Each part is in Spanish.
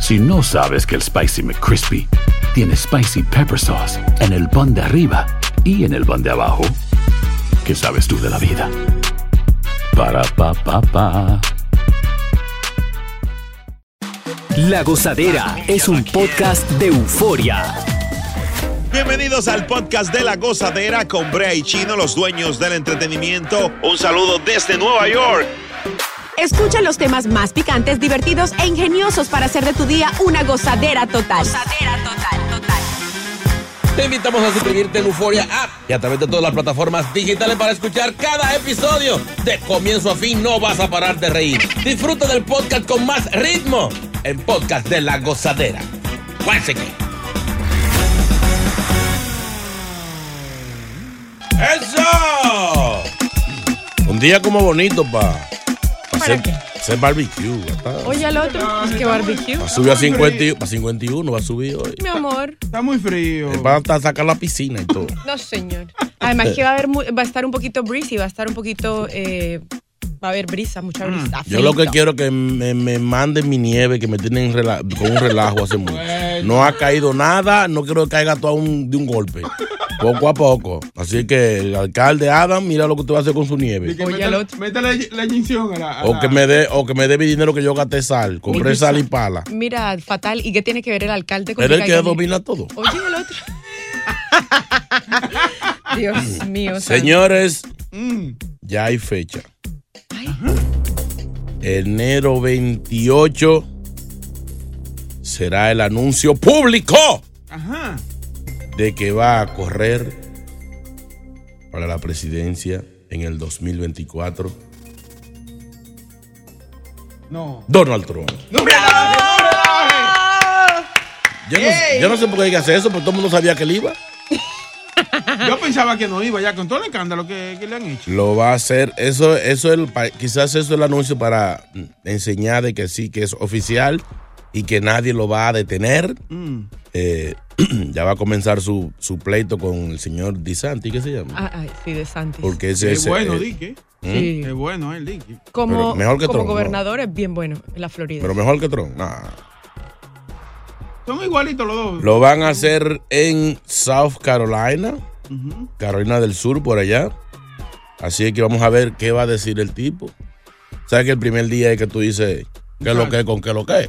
Si no sabes que el Spicy McCrispy tiene Spicy Pepper Sauce en el pan de arriba y en el pan de abajo, ¿qué sabes tú de la vida? Para, pa, pa, pa. La Gozadera es un podcast de euforia. Bienvenidos al podcast de la gozadera con Brea y Chino, los dueños del entretenimiento. Un saludo desde Nueva York. Escucha los temas más picantes, divertidos e ingeniosos para hacer de tu día una gozadera total. Te invitamos a suscribirte en Euforia App y a través de todas las plataformas digitales para escuchar cada episodio. De comienzo a fin no vas a parar de reír. Disfruta del podcast con más ritmo. El podcast de la gozadera. Guáseque. ¡Eso! Un día como bonito pa, pa hacer, hacer barbecue. pa- Oye, al otro, es que barbecue. Va a subir a 50, y- pa 51, va a subir hoy. Mi amor, Está muy frío. Van a hasta sacar la piscina y todo. no señor. Además que va a haber, mu- va a estar un poquito breezy, va a estar un poquito, eh, va a haber brisa, mucha brisa. Mm, Yo lo que frito. quiero que me, me manden mi nieve, que me tienen rela- con un relajo hace mucho. No ha caído nada, no quiero que caiga todo un- de un golpe. Poco a poco. Así que el alcalde Adam, mira lo que usted va a hacer con su Y nieve. que Oye, meta- al otro. métale la inyección a la. a O la- que me dé, o que me dé mi dinero que yo gasté sal. Compré sal y pala. Mira, fatal. ¿Y qué tiene que ver el alcalde con Pero el que que caiga domina todo. nieve? Oye, el otro. Dios Mm. mío. santo. Señores, Mm. ya hay fecha. Ay. Enero 28 será el anuncio público. Ajá. de que va a correr para la presidencia en el 2024 No. Donald Trump. ¡No me relaje, Yo no, yo no sé por qué hay que hacer eso, porque todo el mundo sabía que él iba. no relaje! Yo pensaba que no iba ya con todo el escándalo que, que le han hecho. Lo va a hacer, eso, eso es el pa- quizás eso es el anuncio para mm, enseñar de que sí, que es oficial y que nadie lo va a detener. Mm. Eh, ya va a comenzar su, su pleito con el señor DeSantis, ¿qué se llama? Ah, ay, sí, de Santis. Porque ese Es es bueno, eh, Dique. Sí. Es bueno el Dique. Como, pero mejor que como Trump, ¿no? gobernador es bien bueno en la Florida. pero mejor que Trump. Nah. Son igualitos los dos. Lo van a hacer en South Carolina, Ujú. Carolina del Sur, por allá. Así que vamos a ver qué va a decir el tipo. ¿Sabes que el primer día es que tú dices qué es lo que es con qué es lo que es?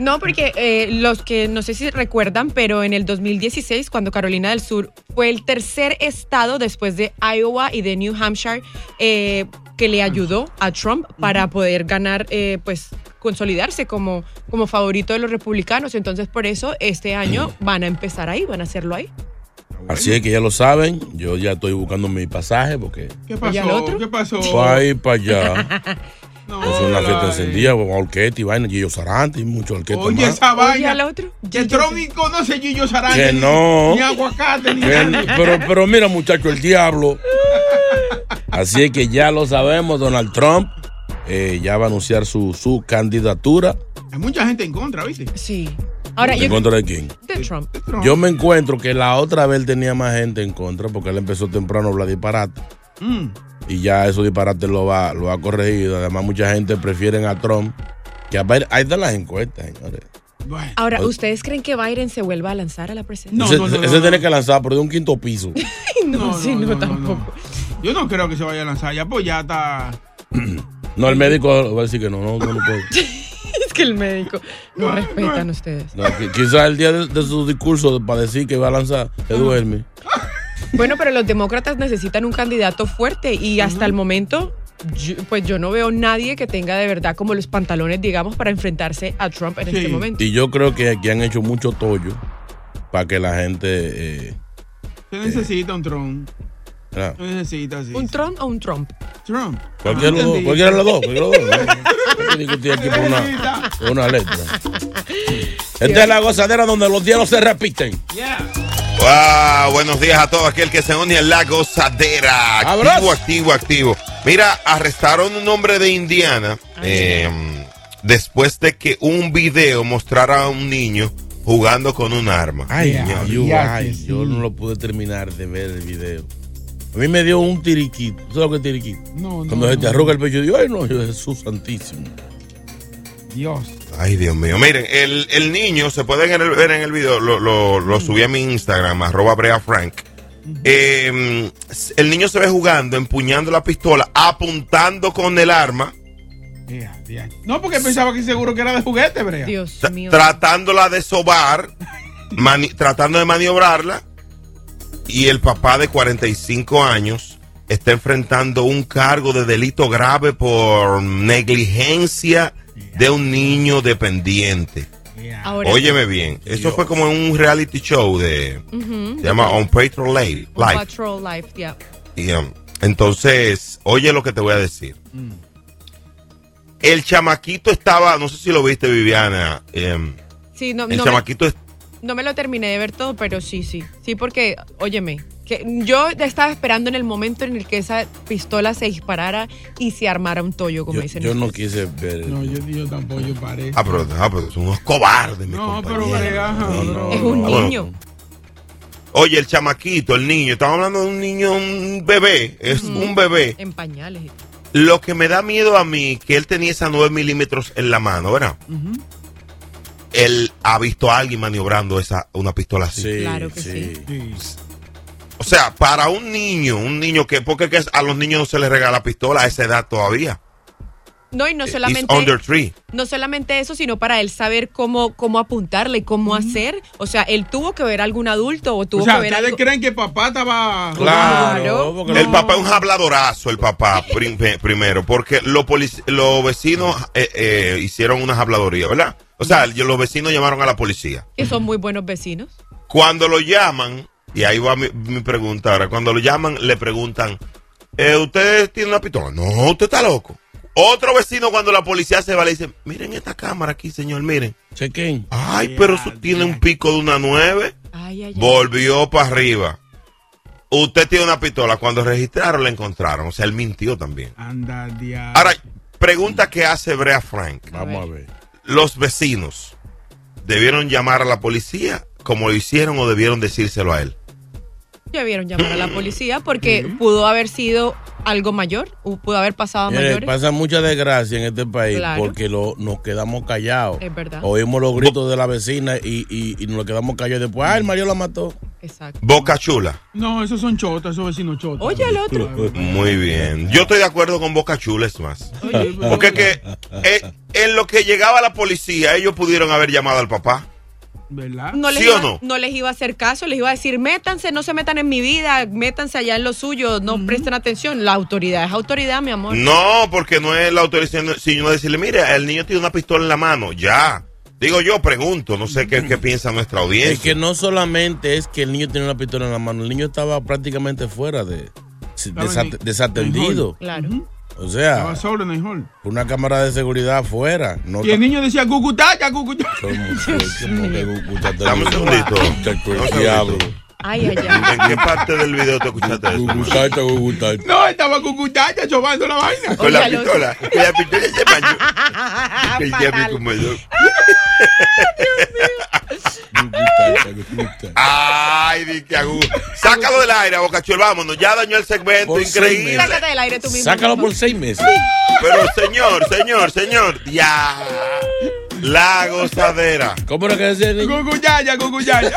No, porque eh, los que no sé si recuerdan, pero en el 2016, cuando Carolina del Sur fue el tercer estado después de Iowa y de New Hampshire eh, que le ayudó a Trump para poder ganar, eh, pues consolidarse como, como favorito de los republicanos. Entonces, por eso este año van a empezar ahí, van a hacerlo ahí. Así es que ya lo saben, yo ya estoy buscando mi pasaje porque ¿Qué Oye, al pasó? otro. ¿Qué pasó? para ahí para allá. No, Es una fiesta relaje. encendida, con orquesta y vaina, Gillo Sarante y mucho orquesta Oye, más. esa Oye, al vaina. otro. Que Tron y conoce Gillo Sarán. Que ni- no. Ni aguacate, ni Que- nada. pero, pero mira, muchacho, el diablo. Así es que ya lo sabemos, Donald Trump eh, ya va a anunciar su, su candidatura. Hay mucha gente en contra, ¿viste? Sí. Ah, Ahora, ¿En yo, contra de quién? de Trump. Trump. Yo me encuentro que la otra vez él tenía más gente en contra porque él empezó temprano a hablar disparate. Mm. Y ya esos disparates lo va, lo ha corregido. Además, mucha gente prefieren a Trump. Que a ver, ahí están las encuestas, señores. Bueno. Ahora, ¿ustedes creen que Biden se vuelva a lanzar a la presidencia? No, ese no, no, ese no, no. tiene que lanzar por de un quinto piso. no, sí, no, no, no. tampoco. Yo no creo que se vaya a lanzar ya, pues ya está. No, el médico va a decir que no, no, no lo puedo. que el médico. No, respetan ustedes. No, qui- quizás el día de, de su discurso para decir que va a lanzar, Ah. se duerme. Bueno, pero los demócratas necesitan un candidato fuerte y hasta el momento, yo- pues yo no veo nadie que tenga de verdad como los pantalones, digamos, para enfrentarse a Trump en este momento. Y yo creo que aquí han hecho mucho tollo para que la gente. eh, Se necesita un Trump. era- Se necesita, sí. ¿Un Trump o un Trump? Trump. Ah, cualquiera de los dos, entendí. cualquiera de los dos, cualquiera de los dos. No, no hay que discutir aquí por una, por una letra. Esta es la gozadera donde los diálogos se repiten. Wow, Ah, buenos días a todo aquel que se une a la gozadera. Activo, Abrazo. activo, activo. Mira, arrestaron un hombre de Indiana eh, después de que un video mostrara a un niño jugando con un arma. Ay, Señor. yo, ay, yo no lo pude terminar de ver el video. A mí me dio un tiriquito. ¿Sabes lo que es tiriquito? No, no. Cuando se te no. arruga el pecho, yo digo, ay no, yo, Jesús santísimo. Dios. Ay, Dios mío. Miren, el, el niño, se puede ver en el- ver en el video, lo, lo- lo subí a mi Instagram, arroba Brea Frank. Eh, el niño se ve jugando, empuñando la pistola, apuntando con el arma, Ya, ya. No, porque pensaba que seguro que era de juguete, Brea. Dios tra- mío. tratándola de sobar, mani- tratando de maniobrarla. Y el papá de 45 años está enfrentando un cargo de delito grave por negligencia de un niño dependiente. Ahora, Óyeme bien, eso fue como en un reality show de. Ujú. Se llama On Patrol Live. Un Live. Patrol Life, ya. Y, um, entonces, oye lo que te voy a decir. Mm. El chamaquito estaba, no sé si lo viste, Viviana. em, Sí, no, el no me- chamaquito es- No me lo terminé de ver todo, pero sí, sí. Sí, porque, óyeme, que yo estaba esperando en el momento en el que esa pistola se disparara y se armara un tollo, como Yo, dicen. yo no quise ver. No, yo, yo tampoco, yo paré. Ah, pero, ah, pero son unos cobardes, mi No, pero compañero. Brea. no. es un Ah, bueno. niño. Oye, el chamaquito, el niño, estamos hablando de un niño, un bebé, es un bebé. En pañales. y- Lo que me da miedo a mí, que él tenía esa 9 milímetros en la mano, ¿verdad? Él ha visto a alguien maniobrando esa, una pistola así. Sí, Claro que Sí. O sea, para un niño, un niño que, porque que a los niños no se les regala pistola a esa edad todavía. No, y no It's solamente, Eh, under three. no solamente eso, sino para él saber cómo, cómo apuntarle y cómo hacer. O sea, él tuvo que ver a algún adulto o tuvo O sea, que ver ¿ustedes algo. creen que papá estaba Claro, Claro. porque El no- papá es un habladorazo, el papá, prim- primero, porque los polic- los vecinos eh, eh, hicieron unas habladorías, ¿verdad? O sea, los vecinos llamaron a la policía. Que son muy buenos vecinos. Cuando lo llaman, y ahí va mi, mi pregunta ahora, cuando lo llaman le preguntan, eh, ¿usted tiene una pistola? No, usted está loco. Otro vecino cuando la policía se va le dice, miren esta cámara aquí, señor, miren. Chequen. Ay, pero eso tiene un pico de una nueve. Ay, ay, ay. Volvió para arriba. Usted tiene una pistola. Cuando registraron, la encontraron. O sea, él mintió también. Anda, diablo. Ahora, pregunta que hace Brea Frank. Vamos a ver. ¿Los vecinos debieron llamar a la policía como lo hicieron o debieron decírselo a él? Ya vieron llamar a la policía porque pudo haber sido algo mayor, o pudo haber pasado a Mire, mayores. pasa mucha desgracia en este país Claro. porque lo, nos quedamos callados. Es verdad. Oímos los gritos de la vecina y, y, y nos quedamos callados. Después, ay, el marido la mató. Exacto. Boca Chula. No, esos son chotas, esos vecinos chotas. Oye, el otro. Muy bien. Yo estoy de acuerdo con Boca Chula, es más. Oye, pero- Porque es que eh, en lo que llegaba la policía, ellos pudieron haber llamado al papá. ¿Verdad? No les, ¿Sí o iba, no? les iba a hacer caso, les iba a decir, métanse, no se metan en mi vida, métanse allá en lo suyo, no presten atención. La autoridad es autoridad, mi amor. No, porque no es la autorización, sino decirle, mire, el niño tiene una pistola en la mano, ya. Digo yo, pregunto, no sé qué, qué piensa nuestra Es que audiencia. no solamente es que el niño tenía una pistola en la mano, el niño estaba prácticamente fuera de. desat- desatendido. Claro. O Estaba sea, solo en el hall. una cámara de seguridad afuera. No Y el niño decía, cucutacha, cucutacha. Dame un segundito. diablo. Ay, ay, ay. ¿En qué parte del video te escuchaste eso? man? Gustacha, gustacha. No, estaba cucutacha chobando la vaina. Con la Óyalo. pistola. Con la pistola se bañó. Que ya me comedor. Ay, di que agudo. Sácalo del aire, Bocachuel, vámonos. Ya dañó el segmento, Por seis increíble. meses. Sácate del aire tú mismo. Sácalo por seis meses. Pero señor, señor, señor. Ya. La gozadera. ¿Cómo era que decía el niño? Cucutacha, cucutacha.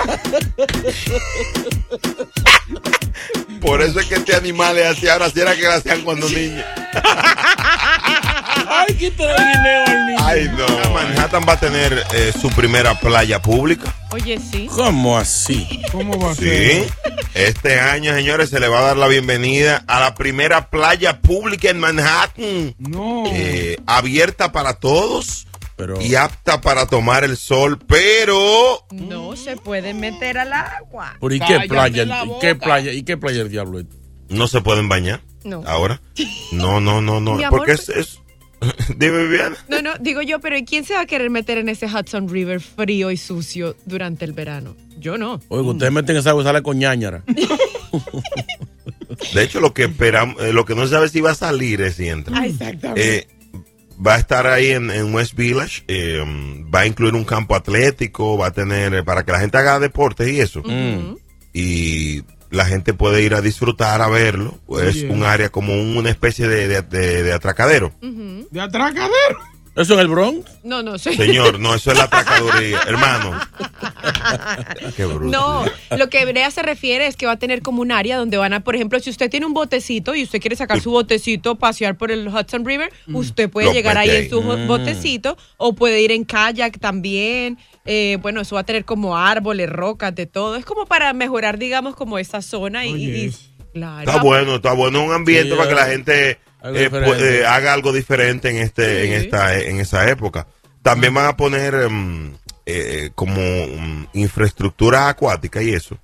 Por eso es que este animal es así. Ahora sí era que lo hacían cuando niño. Ay, quítale el guineo al niño. Ay, no. Manhattan va a tener eh, su primera playa pública. Oye, sí. ¿Cómo así? ¿Cómo va a Sí. ser? Este año, señores, se le va a dar la bienvenida a la primera playa pública en Manhattan. No. eh, abierta para todos y apta para tomar el sol, pero No se puede meter al agua. ¿Por y qué playa? ¿Y qué playa? Ah. ¿Y qué playa el diablo? es? no se pueden bañar No. ahora. No, no, no, no. Mi amor, Porque es. es- Dime, Viviana. No, no, digo yo, pero ¿y quién se va a querer meter en ese Hudson River frío y sucio durante el verano? Yo no. Oiga, ustedes meten esa agua y sale con ñañara. De hecho, lo que esperamos, eh, lo que no se sabe si va a salir es si entra. Exactamente. Eh, va a estar ahí en, en West Village. eh, va a incluir un campo atlético. Va a tener eh, para que la gente haga deportes y eso. Mm. Y la gente puede ir a disfrutar, a verlo. Es Bien. un área como un- una especie de, de- de- de atracadero. Ujú. De atracadero. ¿Eso en el Bronx? No, no, soy... Señor, no, eso es la atracaduría. Hermano. Qué bruto. No, lo que Brea se refiere es que va a tener como un área donde van a, por ejemplo, si usted tiene un botecito y usted quiere sacar su botecito, pasear por el Hudson River, Mm. usted puede Lo llegar ahí mete en ahí. su jo- botecito o puede ir en kayak también. Eh, bueno, eso va a tener como árboles, rocas, de todo. Es como para mejorar, digamos, como esa zona y... y- y- Oye. claro. Está bueno, está bueno un ambiente Sí, para que algo- la gente algo eh, pu- diferente. eh, haga algo diferente en este, Sí. en esta, en esa época. Mm. También van a poner em, eh, como mm, infraestructura acuática y eso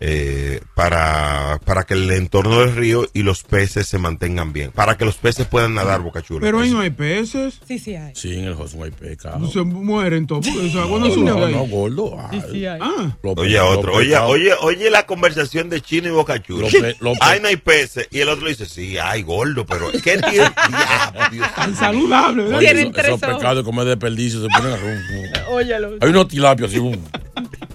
eh, para, para que el entorno del río y los peces se mantengan bien, para que los peces puedan nadar, Boca Chula. Pero ahí Eso. no hay peces. Sí, sí hay. Sí, en el Hudson hay pescado. Se mueren todos. Eso agua no No, se no, nega no, ahí. gordo. ay. Ah, Los pe- Oye, los otro, oye, pescados- oye, oye la conversación de Chino y Boca Chula. Los pe- los pe- Ay, no hay peces. Y el otro dice, sí, ay, gordo, pero ¿qué tiene? pues, Diablo, Dios tan saludable, ¿verdad? Oye, Tienen eso- tres esos ojos. pescados de comer desperdicio se ponen a Hay unos tilapios así. Un...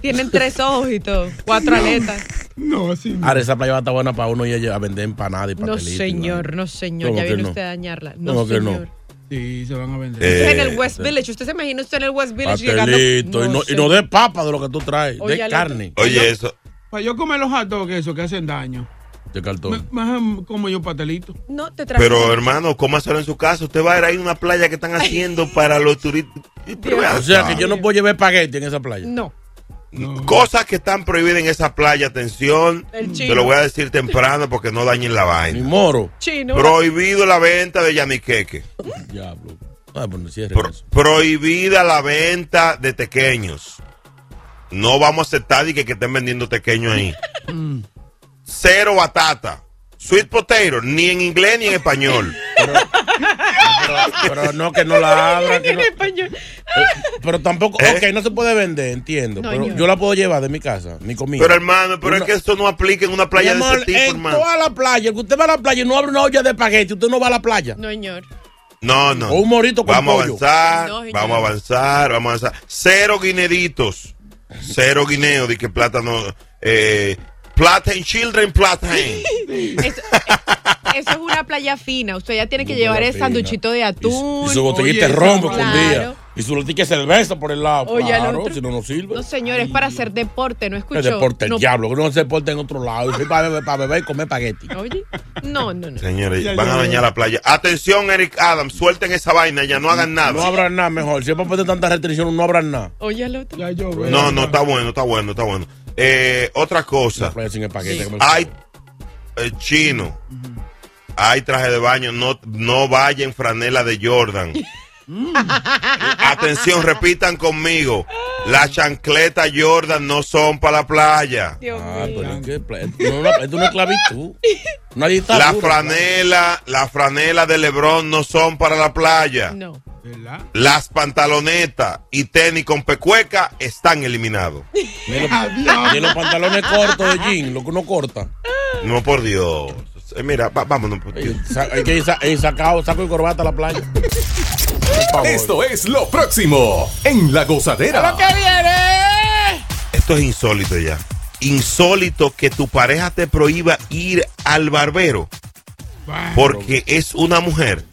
Tienen tres ojos y todo, cuatro aletas. No, así no. Ahora esa playa va a estar buena para uno y a vender empanadas y No, pastelitos. y señor, vaina. no, señor. ¿Cómo Ya que viene no? usted a dañarla. No, ¿Cómo que no? señor. Sí, se van a vender. Eh, Usted en el West Village. ¿Usted se imagina usted en el West Village llegando? Pastelito. Y no, y no señor. de papa de lo que tú traes, Oye, de al otro- carne, Oye, eso. Para yo comer los hot dogs, eso que hacen daño. de Me- cartón. Más como yo pastelito. No, te traje. Pero hermano, cómaselo en su casa. Usted va a ir ahí a una playa que están haciendo para los turistas. Pero vea O sea acá. que yo no puedo llevar espagueti en esa playa. No. No. Cosas que están prohibidas en esa playa, atención. El Te chino. lo voy a decir temprano porque no dañen la Ni vaina. moro. Chino. Prohibido la venta de yaniqueque. Diablo. Ah, bueno, cierren Pro- eso. prohibida la venta de tequeños. No vamos a aceptar y que, que estén vendiendo tequeños ahí. Mm. Cero batata. Sweet potato, ni en inglés ni en español. Pero no, que no la abra. que en no- español. pero tampoco, ¿Eh? ok, no se puede vender, entiendo. No, pero no. yo la puedo llevar de mi casa, mi comida. Pero hermano, pero es Una- que esto no aplica en una Mi playa de amor, ese tipo, en hermano. toda la playa, que usted va a la playa y no abre una olla de espagueti, usted no va a la playa. No, señor. No, no. O un morito con vamos pollo. a avanzar, No, señor. vamos a avanzar, vamos a avanzar. Cero guineritos. Cero guineos, de que plátano. Eh, platen children, platen. Eso, eh, eso es una playa fina. Usted ya tiene que llevar el Fina. sanduchito de atún. Y, su Oye, botellita de esa rombo guay. escondida. Claro. Y su botellita de cerveza por el lado. Oye, al claro, otro. si no nos sirve. No, señor, es para hacer deporte, ¿no escuchó? el deporte, no. el diablo. Que no se deporte en otro lado. Es para beber, para beber y comer espagueti. Oye, no, no, no. Señores, Ya, ya, van a ya. dañar la playa. Atención, Eric Adams, suelten esa vaina, ya no hagan nada. No habrán nada mejor. Si es para poner tantas restricciones, no habrán nada. Oye, al otro. Ya yo veo. No, no, está bueno, está bueno, está bueno. Eh, otra Una cosa, playa sin espagueti. que me- hay eh, chino, hay traje de baño, no, no vaya en franela de Jordan. Atención, repitan conmigo. Las chancletas Jordan no son para la playa. Dios Ah, mío. pero es que pla- esto no es una- esto no es esclavitud. Una dictadura. La franela, la franela de Lebron no son para la playa. No. ¿Verdad? Las pantalonetas y tenis con pecueca están eliminados. Ni los, ni los pantalones cortos de jean, lo que uno corta. No, por Dios. Eh, Mira, va- vámonos. Por Dios. Oye, sa- Hay que ir sa- eh, sacado, saco y corbata a la playa. Por favor. Esto es lo próximo en La Gozadera. Esto es insólito ya. Insólito que tu pareja te prohíba ir al barbero Bah, Ah. porque es una mujer.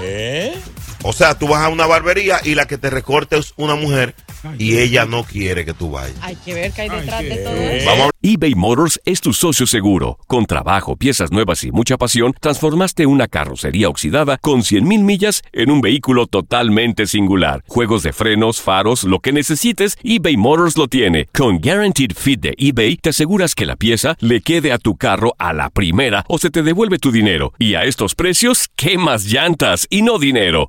¿Eh? O sea, tú vas a una barbería y la que te recorta es una mujer y ella no quiere que tú vayas. Hay que ver qué hay detrás de todo Eh. eso. Vamos a- eBay Motors es tu socio seguro. Con trabajo, piezas nuevas y mucha pasión, transformaste una carrocería oxidada con 100.000 millas en un vehículo totalmente singular. Juegos de frenos, faros, lo que necesites, eBay Motors lo tiene. Con Guaranteed Fit de eBay, te aseguras que la pieza le quede a tu carro a la primera o se te devuelve tu dinero. Y a estos precios, ¿qué más llantas y no dinero?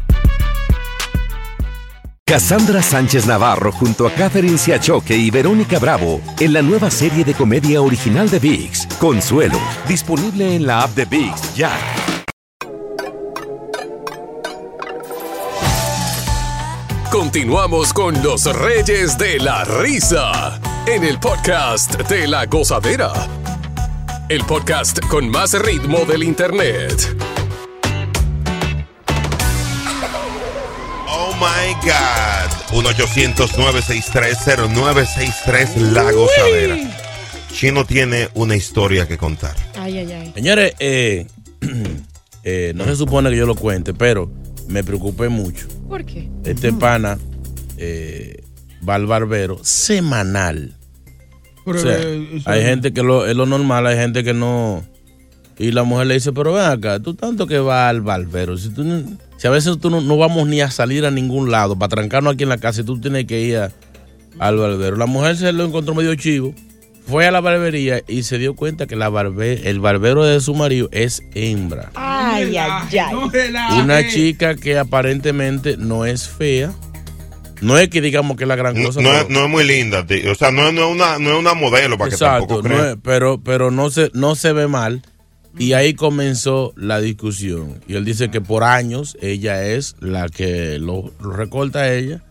Cassandra Sánchez Navarro junto a Catherine Siachoque y Verónica Bravo en la nueva serie de comedia original de VIX, Consuelo, disponible en la app de VIX ya. Continuamos con los Reyes de la Risa en el podcast de la Gozadera. El podcast con más ritmo del Internet. Oh my God. 1 800 963 La Gozadera. Chino tiene una historia que contar. Ay, ay, ay. Señores, eh, eh, no se supone que yo lo cuente, pero me preocupé mucho. ¿Por qué? Este pana eh, va al barbero semanal. Pero, O sea, eh, eso- hay gente que lo, es lo normal, hay gente que no. Y la mujer le dice, pero ven acá, tú tanto que vas al barbero. Si, tú no- si a veces tú no, no vamos ni a salir a ningún lado para trancarnos aquí en la casa y tú tienes que ir a- al barbero. La mujer se lo encontró medio chivo, fue a la barbería y se dio cuenta que la barbe- el barbero de su marido es hembra. Ah, Ay, ay, ay. Una chica que aparentemente no es fea. No es que digamos que es la gran cosa. No, pero- es- no es muy linda, tío. o sea, no, es- no es una, no es una modelo para que Exacto, tampoco no crean. es- pero, pero no, se, no se ve mal. Y ahí comenzó la discusión. Y él dice que por años ella es la que lo, lo recorta a ella.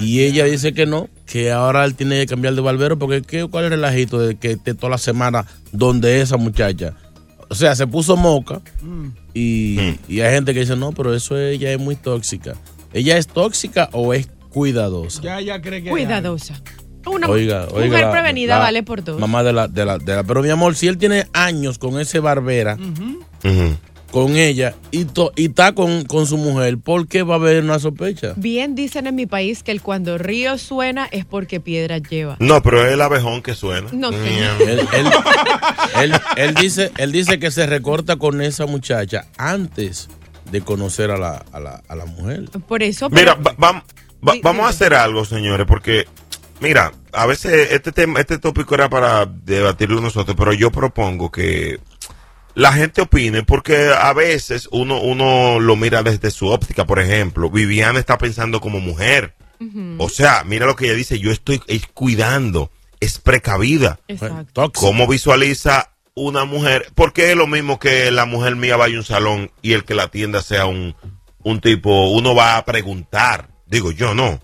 Y ella dice que no, que ahora él tiene que cambiar de barbero porque ¿qué, ¿cuál es el relajito de que esté toda la semana donde esa muchacha? O sea, se puso moca y, Mm. y hay gente que dice, no, pero eso ella es muy tóxica. ¿Ella es tóxica o es cuidadosa? Ya, ya cree que. Cuidadosa. Una Oiga, mujer oiga, la- prevenida la- vale por dos. Mamá de la, de la, de la. Pero mi amor, si él tiene años con ese barbera, con ella, y, to- y está con, con su mujer, ¿por qué va a haber una sospecha? Bien dicen en mi país que el cuando río suena es porque piedra lleva. No, pero es el abejón que suena. No, Mm. Él, él- él- él dice, él dice que se recorta con esa muchacha antes de conocer a la, a la, a la mujer. Por eso. Mira, pero- va- va- va- vamos a hacer algo, señores, porque, mira, a veces este tema, este tópico era para debatirlo nosotros, pero yo propongo que la gente opine, porque a veces uno, uno lo mira desde su óptica, por ejemplo, Viviana está pensando como mujer. O sea, mira lo que ella dice, yo estoy es cuidando, es precavida. ¿Cómo visualiza una mujer? Porque es lo mismo que la mujer mía vaya a un salón y el que la atienda sea un, un tipo, uno va a preguntar. Digo, yo no.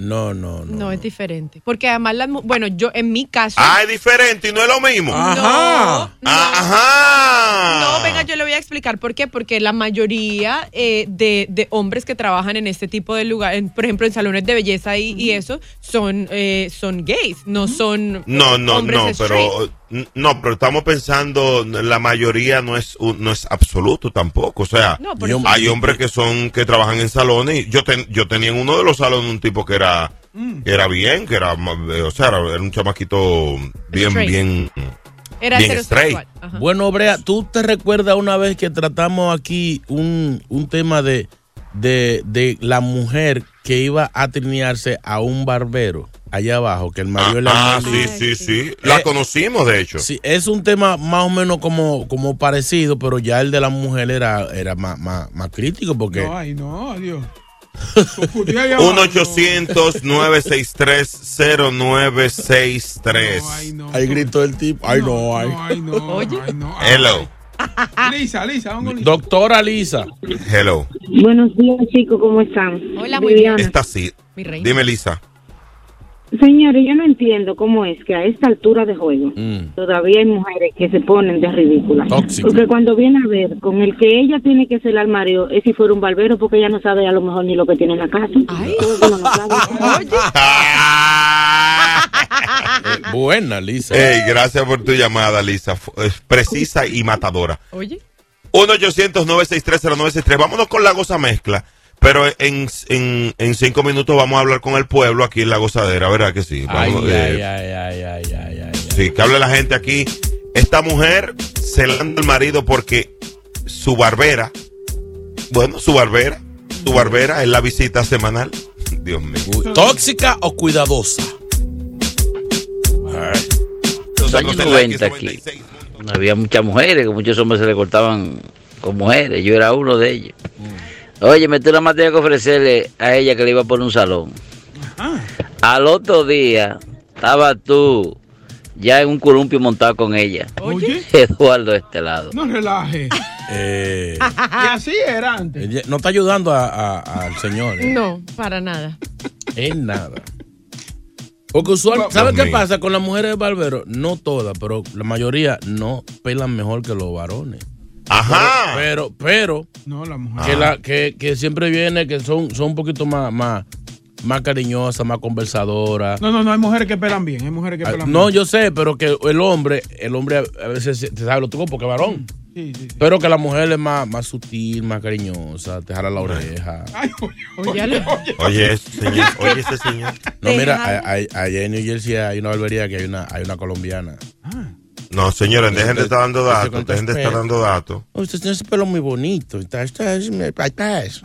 No, no, no, es diferente. Porque además, las, mu- bueno, yo en mi caso. Ah, es diferente y no es lo mismo. Ah, Ajá. Ajá. Ah. No, venga, yo le voy a explicar por qué. Porque la mayoría eh, de, de hombres que trabajan en este tipo de lugar, en- por ejemplo, en salones de belleza y, y eso, son, eh, son gays, no son. No, no, hombres no, straight. pero no, pero estamos pensando, la mayoría no es un- no es absoluto tampoco, o sea, No, por hay eso. hombres que son que trabajan en salones, y yo ten- yo tenía en uno de los salones un tipo que era Mm. que era bien, que era, ma- eh, o sea, era, era un chamaquito bien Straight. bien Ah, Era oh, bien heterosexual. straight. Bueno, Brea, ¿tú te recuerdas una vez que tratamos aquí un, un tema de, de, de la mujer que iba a trinearse a un barbero allá abajo, que el mayor le Ah, mandó- sí, sí, sí. La Eh, conocimos, de hecho. Sí, es un tema más o menos como, como parecido, pero ya el de la mujer era, era más, más, más crítico porque... No, ay, no, Dios. 1 800 963 0963 Ahí gritó el tipo. Ay, no, ay. Oye. Hello. Ah. Lisa, Lisa, vamos con Lisa. Doctora Lisa. Hello. Buenos días, chicos, ¿cómo están? Hola, muy bien. Esta sí. Mi reina. Dime, Lisa. Señores, yo no entiendo cómo es que a esta altura de juego todavía hay mujeres que se ponen de ridículas. Tóxico. Eh, Porque cuando viene a ver con el que ella tiene que ser el armario es si fuera un barbero porque ella no sabe a lo mejor ni lo que tiene en la casa. Ah. Buena, Lisa. Ey, gracias por tu llamada, Lisa. Fu- es Precisa y matadora. Oye. 1-800-963-0963. Vámonos con la goza mezcla. Pero en, en, en cinco minutos vamos a hablar con el pueblo aquí en la gozadera, ¿verdad que sí? Ay, Vamos, ay, eh, ay, ay, ay, ay, ay. Sí, que hable la gente aquí. Esta mujer se la anda el marido porque su barbera, bueno, su barbera, su barbera es la visita semanal. Dios mío. ¿Tóxica o cuidadosa? los años 90 aquí había muchas mujeres, que muchos hombres se le cortaban con mujeres, yo era uno de ellos. Oye, me tú nada más tenías que ofrecerle a ella que le iba a poner un salón. Al otro día estaba tú ya en un columpio montado con ella. Oye. Eduardo de este lado. No relaje. Eh, Y así era antes. ella no está ayudando a- a- al señor. eh, No, para nada. En nada. Porque usual, ¿sabes Dios qué mío. pasa con las mujeres de barbero? No todas, pero la mayoría no pelan mejor que los varones. Ah. Ajá. Pero, pero, No, la mujer. que, la, que, que siempre viene, que son, son un poquito más, más, más cariñosas, más conversadoras. No, no, no, hay mujeres que pelan bien, hay mujeres que Ah, pelan No, yo sé, pero que el hombre, el hombre a- a veces se- te sabe lo tuvo porque es varón. bien. Sí, sí. Pero que la mujer es más, más sutil, más cariñosa, te jala la oreja. Oye, ese señor, oye, ese señor. No, Te mira, jala. a- a- allá en New Jersey hay una barbería que hay una, hay una colombiana. No, señores, dejen de estar dando Ese datos, contacto dejen de estar es- dando datos. Oh, Usted tiene ese pelo muy bonito. Está, está, es- me- está, es.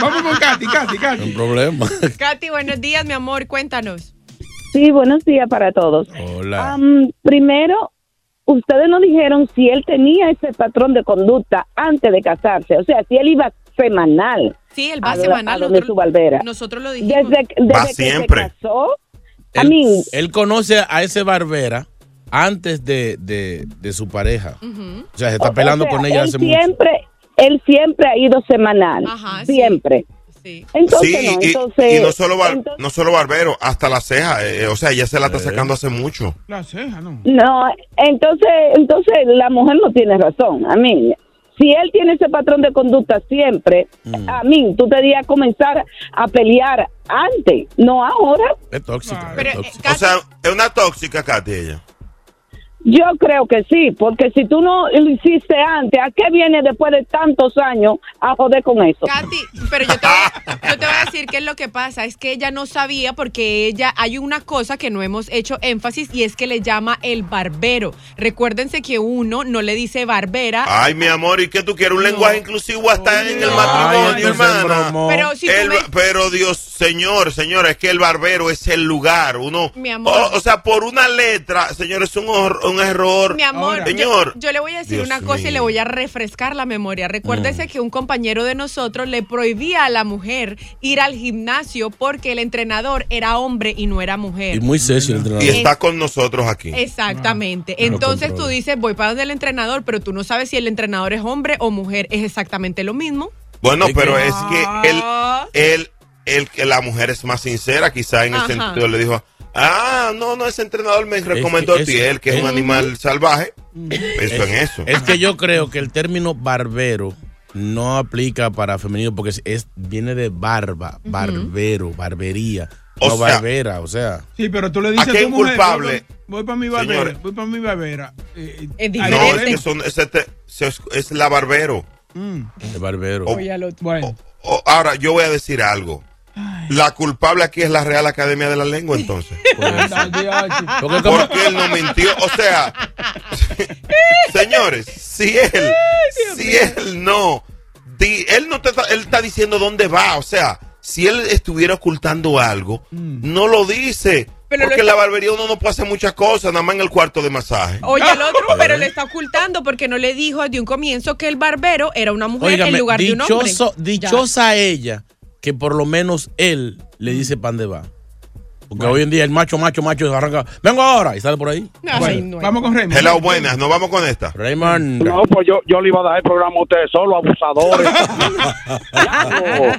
Vamos con Katy, Katy, Katy. Un problema. Katy, buenos días, mi amor, cuéntanos. Sí, buenos días para todos. Hola. Am, primero, ustedes no dijeron si él tenía ese patrón de conducta antes de casarse, o sea, si él iba semanal. Sí, él va a lo- semanal, A donde su barbera. Nosotros lo dijimos. Desde, que- desde Va que siempre. se casó, a Él, mí, él conoce a ese barbera antes de, de, de su pareja. O sea, se está pelando o sea, con ella él hace mucho. siempre, Él siempre ha ido semanal, siempre. Entonces, sí, no, y, entonces, y no, solo bar- no solo barbero, hasta la ceja. eh, o sea, ella se la está sacando hace mucho. La ceja, no. No, entonces, entonces la mujer no tiene razón. A mí, si él tiene ese patrón de conducta siempre, Mm. a mí, tú debías comenzar a pelear antes, no ahora. Es tóxica. eh, es tóxica. O sea, es una tóxica, Katy, ella. Yo creo que sí, porque si tú no lo hiciste antes, ¿a qué viene después de tantos años a joder con eso? Katy, pero yo te, voy a, yo te voy a decir que es lo que pasa, es que ella no sabía porque ella, hay una cosa que no hemos hecho énfasis y es que le llama el barbero. Recuérdense que uno no le dice barbera. Ay, mi amor, ¿y qué tú quieres? Un lenguaje inclusivo hasta en el matrimonio, hermana. Pero si tú El me- ba- pero Dios, señor, señora, es que el barbero es el lugar. Uno, Mi amor. O, o sea, por una letra, señor, es un, hor- un error. Mi amor, señor. Yo, yo le voy a decir Dios una cosa y le mío. Mm. voy a refrescar la memoria. Recuérdese que un compañero de nosotros le prohibía a la mujer ir al gimnasio porque el entrenador era hombre y no era mujer. Y muy serio el entrenador. Y está con nosotros Eh, aquí. Exactamente. Ah. No lo Entonces tú controla. dices, voy para donde el entrenador, pero tú no sabes si el entrenador es hombre o mujer. Es exactamente lo mismo. Bueno, pero es que él, él, él, que la mujer es más sincera, quizá en el Ajá. sentido le dijo, ah, no, no, ese entrenador me recomendó que a ti, es- él que es es- un Mm. animal salvaje, pensó en eso. Es que yo creo que el término barbero no aplica para femenino porque es, es- viene de barba, barbero, barbería. O no sea, barbera, o sea. Sí, pero tú le dices ¿A qué a tu mujer, culpable? Voy, para mi barbera, Señores. voy para mi barbera. Eh, eh, Es ahí No, es ven. que son- es, este- se- es- es la barbero. Mm. El barbero. Bueno. O- ahora, yo voy a decir algo. La culpable aquí es la Real Academia de la Lengua, entonces. Ah, Porque como- Porque él no mintió. O sea, señores, si él, si él no, di- él no te está, él está diciendo dónde va. O sea, si él estuviera ocultando algo, no lo dice. Mm. Pero lo porque en está- Oh, la barbería uno no puede hacer muchas cosas, nada más en el cuarto de masaje. Oye, el otro, Eh. pero le está ocultando porque no le dijo de un comienzo que el barbero era una mujer Óigame, en lugar de un hombre. dichoso- Ya. dichosa ella que por lo menos él le dice pan de va. Porque hoy en día el macho, macho, macho arranca. Vengo ahora y sale por ahí. Vamos con Raymond. Hello, buenas, nos vamos con esta. Raymond. No, pues yo, yo le iba a dar el programa a ustedes solo, abusadores. Diablo.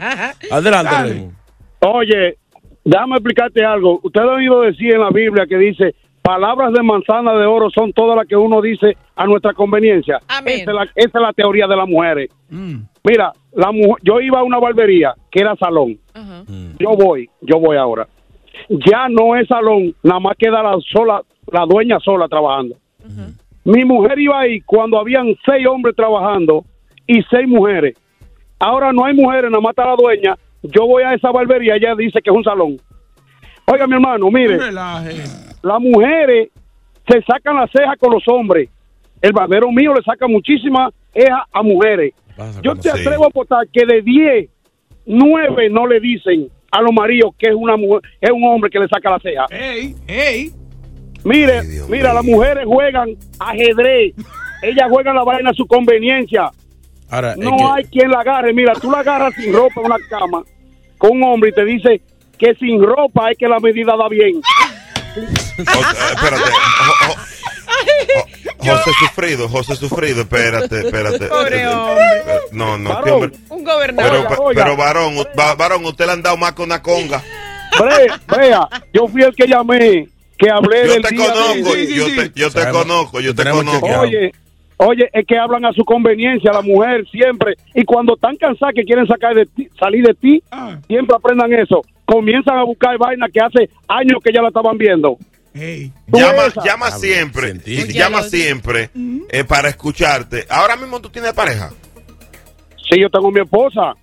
Adelante, Dale. Oye, déjame explicarte algo. Usted ha oído decir en la Biblia que dice, palabras de manzana de oro son todas las que uno dice a nuestra conveniencia. Esa es, la, esa es la teoría de las mujeres. Mira, la mu- yo iba a una barbería que era salón. Yo voy, yo voy ahora. Ya no es salón, nada más queda la sola, la dueña sola trabajando. Mi mujer iba ahí cuando habían seis hombres trabajando y seis mujeres. Ahora no hay mujeres, nada más está la dueña. Yo voy a esa barbería, ella dice que es un salón. Oiga, mi hermano, mire, Relaje. las mujeres se sacan las cejas con los hombres. El barbero mío le saca muchísimas cejas a mujeres. Yo te atrevo a apostar que de 10, 9 no le dicen a los maridos que es una mujer, es un hombre que le saca la ceja. Eh, Mire, mira, las mujeres juegan ajedrez. Ellas juegan la vaina a su conveniencia. Ahora, No hay quien la agarre. Mira, tú la agarras sin ropa en una cama con un hombre y te dice que sin ropa es que la medida da bien. eh, José Sufrido, José Sufrido, espérate, espérate. Pobre Eh, eh, hombre. No, no, este hombre- Un gobernador. Pero, pero varón, va- varón, usted le han dado más que una conga. Bre- Brea, yo fui el que llamé, que hablé Yo del te día de- conozco, yo te, yo te conozco, yo te conozco. Oye, oye, es que hablan a su conveniencia, la mujer siempre. Y cuando están cansadas que quieren sacar de ti, salir de ti, Ah. siempre aprendan eso. Comienzan a buscar vaina que hace Ah, años que ya la estaban viendo. Llama, esa. llama Hablo siempre, científico. llama siempre eh, para escucharte. Ahora mismo tú tienes pareja. Sí, yo tengo mi esposa.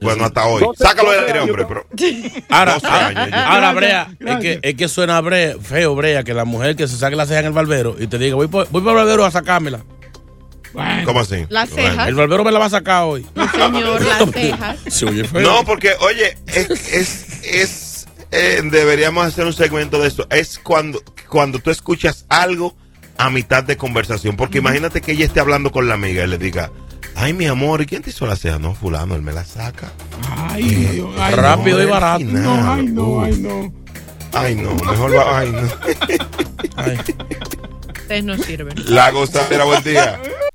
Bueno, hasta hoy. Doce- Sácalo del doce aire, años. hombre. Pero, Ahora, 12 ahora, años ahora, Brea, es que, es que suena Brea, feo, Brea, que la mujer que se saque la ceja en el barbero y te diga, voy, por- voy para el barbero a sacármela. ¿Cómo así? Las Ah. cejas. El barbero me la va a sacar hoy. Señor, las cejas. Se oye feo. No, porque, oye, es, es, es, eh, deberíamos hacer un segmento de eso. Es cuando, cuando tú escuchas algo a mitad de conversación. Porque imagínate que ella esté hablando con la amiga y le diga, ay, mi amor, ¿y quién te hizo la ceja? No, fulano, él me la saca. Ay, ay, rápido no, y barato. No, ay, no, ay, no. Ay, no, mejor va, ay, no. Ustedes no sirven. La gozadera, buen día.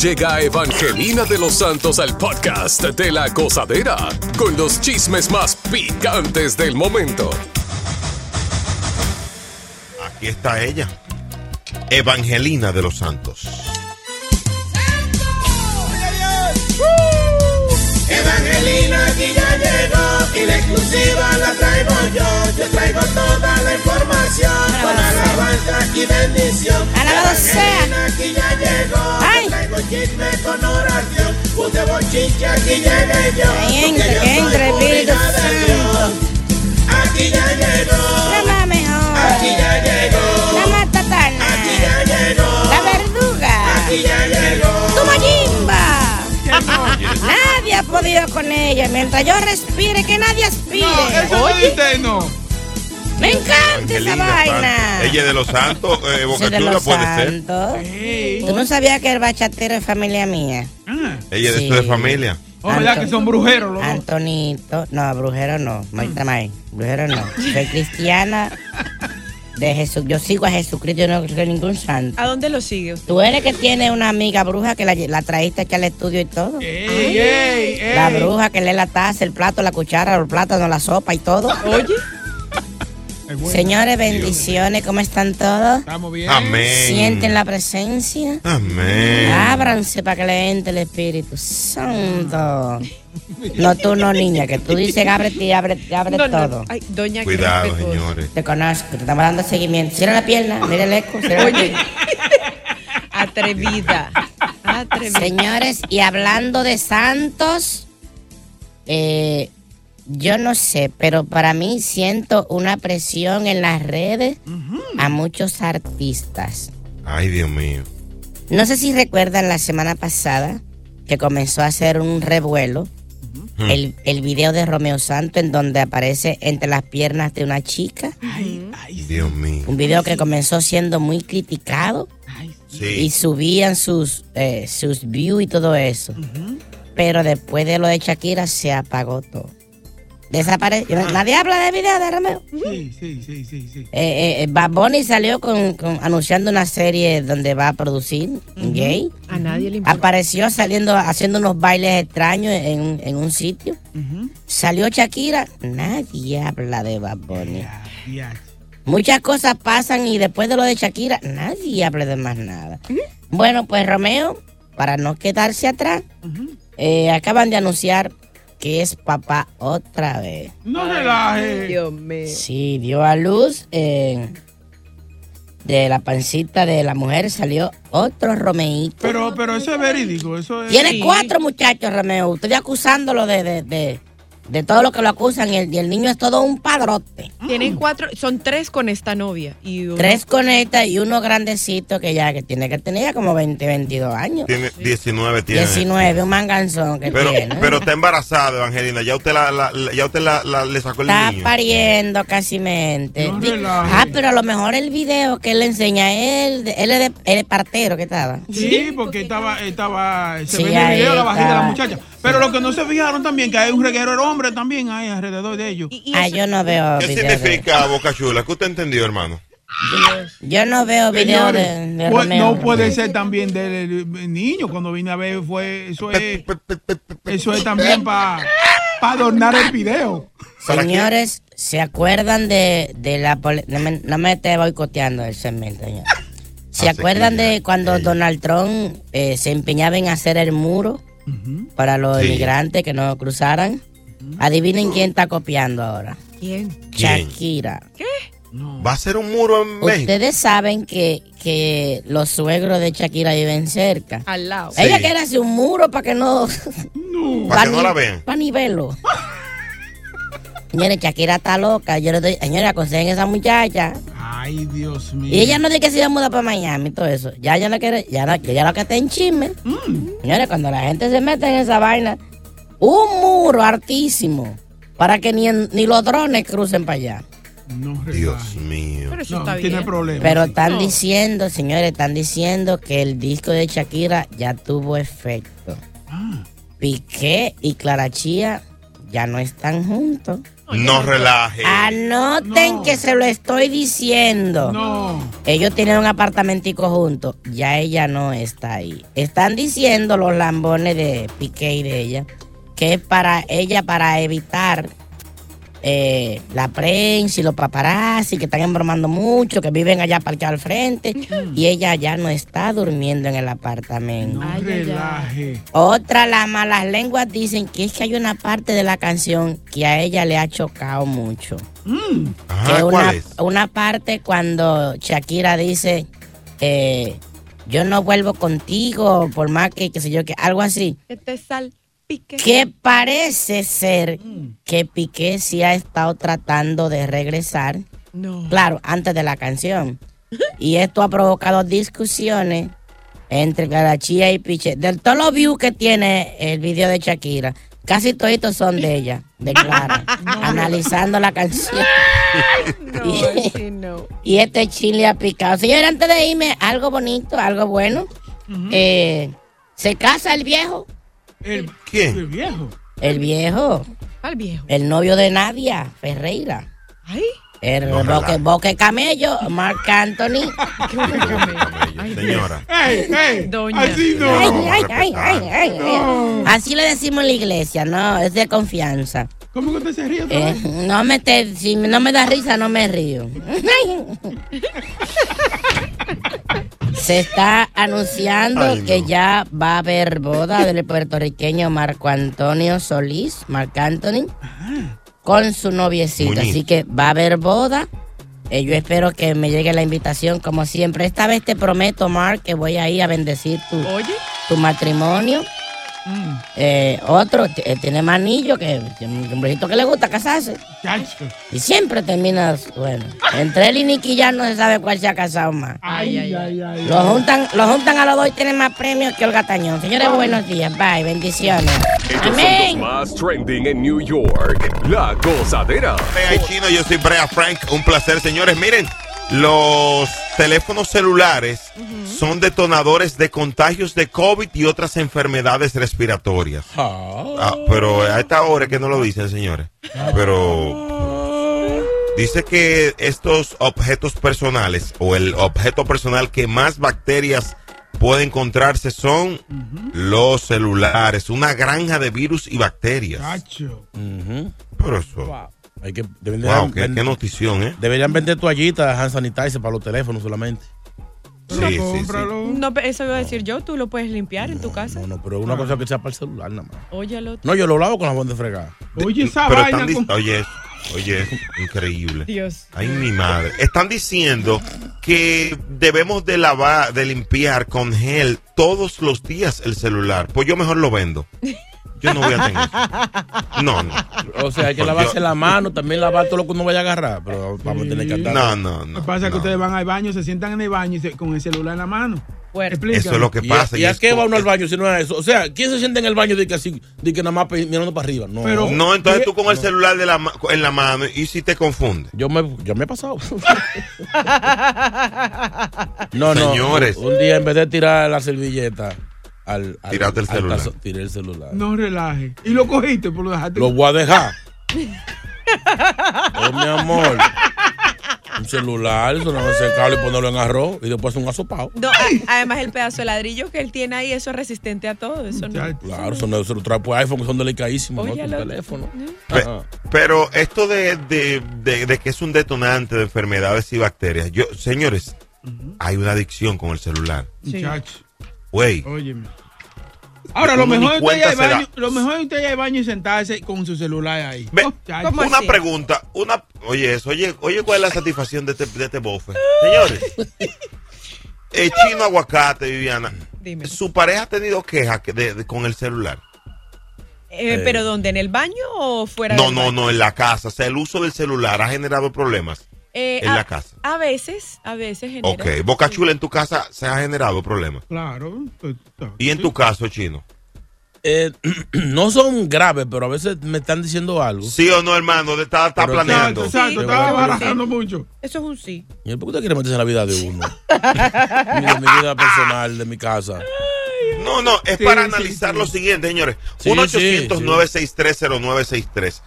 Llega Evangelina de los Santos al podcast de la gozadera con los chismes más picantes del momento. Aquí está ella. Evangelina de los Santos. Evangelina aquí ya llegó y la exclusiva la traigo yo. Yo traigo toda la información para alabanza y bendición. Alabado sea. Evangelina aquí ya llegó. Yo traigo chisme con oración. Puse bochinche aquí llegué yo. Ahí entra, porque yo que soy entra el Espíritu purina de Dios. Aquí ya llegó. La mejor. Aquí ya llegó. La matatana. Aquí ya llegó. La verduga. Aquí ya llegó. Tu mayimba. Nadie ha podido con ella. Mientras yo respire, que nadie aspire. Me encanta esa Evangelina vaina. Santos. Ella de los Santos, eh, Soy de Bocachula los puede ser. santos. Tú no sabías que el bachatero es familia mía. Ella de Sí. su de familia. Oh, Anto- Antonito. No, brujero no. Marita May. Brujero no. Soy cristiana de Jesús. Yo sigo a Jesucristo. Yo no creo en ningún santo. ¿A dónde lo sigue usted? Tú eres que tiene una amiga bruja que la, lle- la traíste aquí al estudio y todo. ey, ey. La bruja que lee la taza, el plato, la cuchara, los plátanos, la sopa y todo. Oye. Señores, bendiciones, ¿cómo están todos? Estamos bien. Amén. Sienten la presencia. Amén. Ábranse para que le entre el Espíritu Santo. No tú, no niña, que tú dices que ábrete y abre, te abre No, no, todo. Ay, doña, qué Cuidado, respetuoso. señores. Te conozco, te estamos dando seguimiento. Cierra la pierna, mira el eco. cierra la pierna. Atrevida. Atrevida. Señores, y hablando de santos, eh, yo no sé, pero para mí siento una presión en las redes a muchos artistas. Ay, Dios mío. No sé si recuerdan la semana pasada que comenzó a hacer un revuelo el, el video de Romeo Santo en donde aparece entre las piernas de una chica. Dios mío. Un video que comenzó siendo muy criticado y subían sus, eh, sus views y todo eso. Pero después de lo de Shakira se apagó todo. Desapareció. Nadie habla de video de Romeo. Ah. Sí, sí, sí, sí, sí. Eh, eh, Bad Bunny salió con, con- anunciando una serie donde va a producir gay. A nadie Ah. le importa. Apareció saliendo, haciendo unos bailes extraños en, un- en un sitio. Salió Shakira. Nadie habla de Bad Bunny. Muchas cosas pasan y después de lo de Shakira, nadie habla de más nada. Bueno, pues Romeo, para no quedarse atrás, eh, acaban de anunciar que es papá otra vez. No relaje. Dios mío. Sí, dio a luz. eh, de la pancita de la mujer salió otro Romeíto. Pero, pero eso es verídico. Eso es. Tiene cuatro muchachos, Romeo. Usted acusándolo de, de, de, de todo lo que lo acusan y el, y el niño es todo un padrote. Tienen cuatro, son tres con esta novia. Y uno- Tres con esta y uno grandecito que ya que tiene que tener ya como 20, 22 años. Tiene 19 tiene. 19, un manganzón que Pero, tiene. pero está embarazada, Evangelina. Ya usted, la, la- la- ya usted la, la- le sacó el Está niño. pariendo casi mente. ah, pero a lo mejor el video que él le enseña a él, de- él es, de- él es partero que estaba. Sí, porque estaba, estaba, se Sí, ve en el ahí video la vagina de la estaba. muchacha. Pero lo que no se fijaron también, que hay un reguero de hombre también ahí alrededor de ellos. Ah, yo no veo ¿Qué video de- significa, Boca Chula? ¿Qué usted entendió, hermano? Yo no veo video de, Señores, de pues, Romeo. no puede ser también del del niño. Cuando vine a ver, fue eso es, eso es también para adornar el video. Señores, ¿se acuerdan de, de la... pole- No me, no me esté boicoteando el segmento, señor. ¿Se acuerdan de cuando Donald Trump eh, se empeñaba en hacer el muro para los Sí. inmigrantes que no cruzaran? Adivinen quién está copiando ahora. ¿Quién? ¿Quién? Shakira. ¿Va a ser un muro en México? Ustedes saben que, que los suegros de Shakira viven cerca. Al lado. Ella quiere hacer un muro para que no. Para que no la vean. Para ni verlo. Señores, Shakira está loca. Yo le doy, señores, aconsejen a esa muchacha. Ay, Dios mío. Y ella no dice que se iba a mudar para Miami y todo eso. Ya ya no quiere, ya no, ya lo que está en chisme. Mm. Señores, cuando la gente se mete en esa vaina, un muro altísimo para que ni, en- ni los drones crucen para allá. Dios mío. Pero eso está tiene bien. problema, Pero sí. están No. diciendo, señores, están diciendo que el disco de Shakira ya tuvo efecto. Ah, Piqué y Clara Chía ya no están juntos. No relaje. Ah, Anoten que se lo estoy diciendo. No. Ellos tienen un apartamentico juntos. Ya ella no está ahí. Están diciendo los lambones de Piqué y de ella que es para ella para evitar eh, la prensa y los paparazzi que están embromando mucho, que viven allá parqueados al frente. Y ella ya no está durmiendo en el apartamento. Relaje. Otra, las malas lenguas dicen que es que hay una parte de la canción que a ella le ha chocado mucho. Ajá, Que ¿cuál una, es? una parte cuando Shakira dice, eh, yo no vuelvo contigo, por más que, qué sé yo, que algo así. Que te salpique. Que parece ser que Piqué sí ha estado tratando de regresar, No. claro, antes de la canción. Y esto ha provocado discusiones entre Garachía y Piché. De todos los views que tiene el video de Shakira, casi todos son de ella, de Clara, analizando la canción. No, sí, no. Y este chile ha picado. Señor, antes de irme, algo bonito, algo bueno. Eh, se casa el viejo. El, ¿Quién? El viejo. El viejo. Al viejo. El novio de Nadia Ferreira. Ay. El No, Boque, relaja. Boque Camello, Marc Anthony. Señora. ¡Ey, ey! Doña. Así no. Ay, ay, ay, ay, ay, ay. Así le decimos en la iglesia, ¿no? Es de confianza. ¿Cómo que usted se ríe? otra Eh, vez? no me te- si no me da risa, no me río. Se está anunciando Ay, no. que ya va a haber boda del puertorriqueño Marco Antonio Solís, Marc Anthony, con su noviecita. Muñiz. Así que va a haber boda. Eh, yo espero que me llegue la invitación como siempre. Esta vez te prometo, Mark, que voy a ir a bendecir tu, tu matrimonio. Eh, otro t- eh, tiene más anillo que que un hombrecito que le gusta casarse. Y siempre terminas, bueno, entre él y Nicky ya no se sabe cuál se ha casado más. Ay, ay, ay, ay. Lo juntan, lo juntan a los dos y tienen más premios que Olga Tañón. Señores, buenos días. Bye, bendiciones. Ellos son Amén. los más trending en New York. La gozadera. Brea y Chino, yo soy Brea Frank. Un placer, señores. Miren, los teléfonos celulares son detonadores de contagios de COVID y otras enfermedades respiratorias. Ah, pero a esta hora es que no lo dicen, señores. Pero dice que estos objetos personales o el objeto personal que más bacterias puede encontrarse son los celulares, una granja de virus y bacterias. Cacho. Pero eso. Hay que, deberían, Wow, qué, qué notición, ¿eh? deberían vender toallitas hand sanitizer para los teléfonos solamente. Sí, No, pe- eso iba a decir yo, tú lo puedes limpiar en tu casa. Pero una cosa que sea para el celular nada más. Óyalo. No, yo lo lavo con jabón de fregar. Oye, esa Pero vaina. están dic- con- Oye, eso, oye, eso, increíble. Dios. Ay, mi madre. Están diciendo que debemos de lavar, de limpiar con gel todos los días el celular. Pues yo mejor lo vendo. Yo no voy a tener. No, no. O sea, hay que lavarse la mano, también lavar todo lo que uno vaya a agarrar. Pero vamos a tener que andar. No, no, Lo no. que pasa es que ustedes van al baño, se sientan en el baño y se- con el celular en la mano. Explícame. Eso es lo que ¿Y, pasa. a- y a qué va uno al baño si no es eso? O sea, ¿quién se sienta en el baño de que así, de que nada más pe- mirando para arriba? No, no, entonces tú con el celular de la, ma- en la mano y si te confunde. Yo me, yo me he pasado. No, no. Señores. Un día en vez de tirar la servilleta al. al- Tiraste el al celular. tazo- tiré el celular. No relaje. Y lo cogiste, por lo dejaste. Lo voy a dejar. Oh, mi amor. Un celular, eso no es secarlo y ponerlo en arroz y después un asopado. No, a- además el pedazo de ladrillo que él tiene ahí, eso es resistente a todo. Eso no. Claro, eso no se lo trae por iPhone, que son delicadísimos. ¿no? Óyalo. Tu teléfono. Pe- Ajá. Pero esto de, de- de- de que es un detonante de enfermedades y bacterias, yo, señores, hay una adicción con el celular. Muchacho. Güey, Oh, Óyeme. Ahora, lo Uno ni mejor, es usted ir cuenta al se da. baño, lo mejor es usted ir al baño y sentarse con su celular ahí. Oh, ve, oh, Muchacho. una pregunta, una, oye eso, oye, oye, ¿cuál es la satisfacción de este, de este bofe? Señores, el chino aguacate, Viviana, ¿su pareja ha tenido quejas que- de- de- con el celular? Eh, Eh. ¿Pero dónde? ¿En el baño o fuera No, del no, baño? no, en la casa, o sea, el uso del celular ha generado problemas Eh, en a- la casa. A veces, a veces genera. Ok, Boca Chula, en tu casa se ha generado problemas. Claro. pues, ¿Y en tu caso, chino? Eh, no son graves, pero a veces me están diciendo algo. Sí o no, hermano, de- está, está Pero que- planeando. Exacto, estaba barajando mucho. Eso es un sí. ¿Y por qué usted quiere meterse en la vida de uno? Ni de mi vida personal, de mi casa. No, no, es para analizar lo siguiente, señores. Sí, 1 sí, 800 963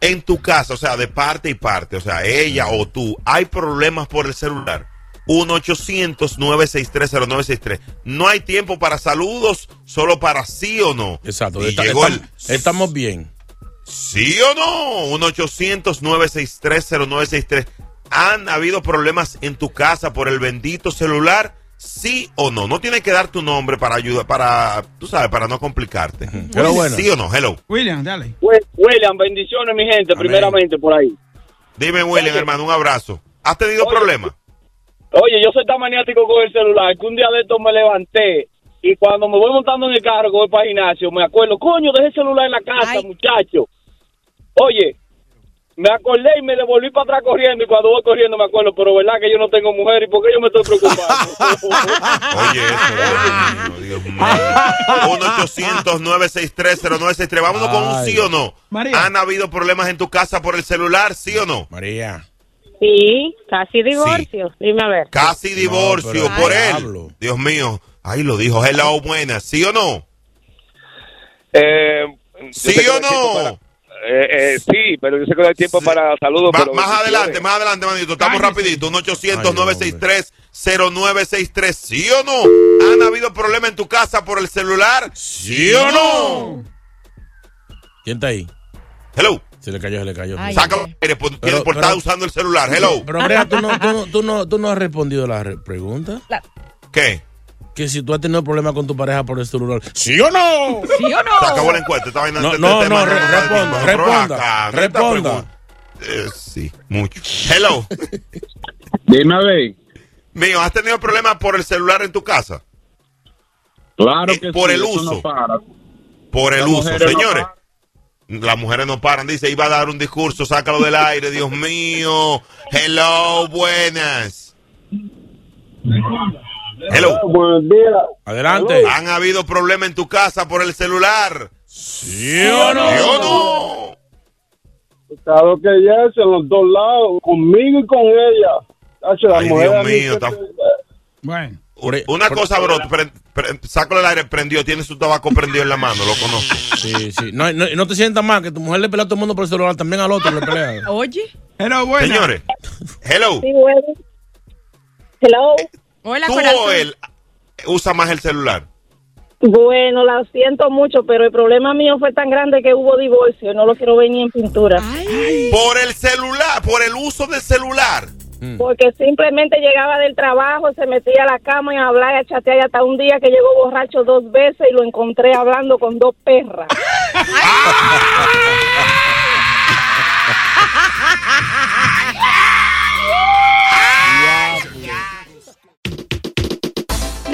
En tu casa, o sea, de parte y parte, o sea, ella o tú, hay problemas por el celular. 1 800 963 No hay tiempo para saludos, solo para sí o no. Exacto. está- estamos bien. ¿Sí o no? 1 800 963 ¿Han habido problemas en tu casa por el bendito celular? ¿Sí o no? No tiene que dar tu nombre para ayuda, para, tú sabes, para no complicarte. Ah, Hello, buenas. ¿Sí o no? Hello. William, dale. Wil- William, bendiciones, mi gente, primeramente por ahí. Dime, William, hermano, un abrazo. ¿Has tenido problemas? Oye, yo soy tan maniático con el celular que un día de estos me levanté y cuando me voy montando en el carro que voy para el gimnasio, me acuerdo, coño, dejé el celular en la casa, muchacho. Oye, me acordé y me devolví para atrás corriendo y cuando voy corriendo me acuerdo, pero verdad que yo no tengo mujer y por qué yo me estoy preocupando. Oye, eso, Dios mío, Dios mío. 1-800-963-0963. Vámonos con un sí o no. ¿Han habido problemas en tu casa por el celular? ¿Sí o no? María. Sí, casi divorcio. Dime a ver. Casi divorcio pero- por Ay, él. Dios mío. Ahí lo dijo. Hello, buenas. ¿Sí o no? ¿Sí Eh, yo sé que o no hay tiempo para- no? Eh, eh, sí, pero yo sé que no hay tiempo para saludos. Ma- pero más si adelante, quieres- más adelante, manito. Estamos rapidito. 1-800-963-0963. ¿Sí o no? ¿Han habido problemas en tu casa por el celular? ¿Sí o no? ¿Quién está ahí? Hello. Se le cayó, se le cayó. Ay, Saca los aires, por- por estar usando el celular. Hello. Pero, Brea, tú no, tú, no- tú no, tú no has respondido la re- pregunta. ¿Qué? Que si tú has tenido problemas con tu pareja por el celular. ¿Sí o no? ¿Sí o no? Se acabó el encuentro. Esta vaina No, este no, tema no, re- da tiempo. responda, Pero responda, acá, esta responda. pregunta- Eh, sí, mucho. Hello. Dime a ver. Mío, ¿has tenido problemas por el celular en tu casa? Eh, Claro que por sí, el eso uso. no para. Por el Las uso, mujeres no señores. las mujeres no paran, dice, iba a dar un discurso, sácalo del aire, Dios mío. Hello, buenas. Hello. Buenos días. Adelante. ¿Han habido problemas en tu casa por el celular? ¿Sí o no? ¿Sí o no? Claro que ya es en los dos lados, conmigo y con ella. Tacho, la Ay, mujer a Dios mí mío. se- está- Una por- cosa, bro, pre- pre- sácalo del aire, prendió, tiene su tabaco prendido en la mano, lo conozco. Sí, sí. No, no, no te sientas mal, que tu mujer le pelea a todo el mundo por el celular, también al otro le pelea. Oye. Hello, Señores, hello. Hello. Hola, ¿Tú corazón. o él usa más el celular? Bueno, la siento mucho, pero el problema mío fue tan grande que hubo divorcio. No lo quiero ver ni en pintura. Por el celular, por el uso del celular. Porque simplemente llegaba del trabajo, se metía a la cama y a hablar y a chatear. Y hasta un día que llegó borracho dos veces y lo encontré hablando con dos perras.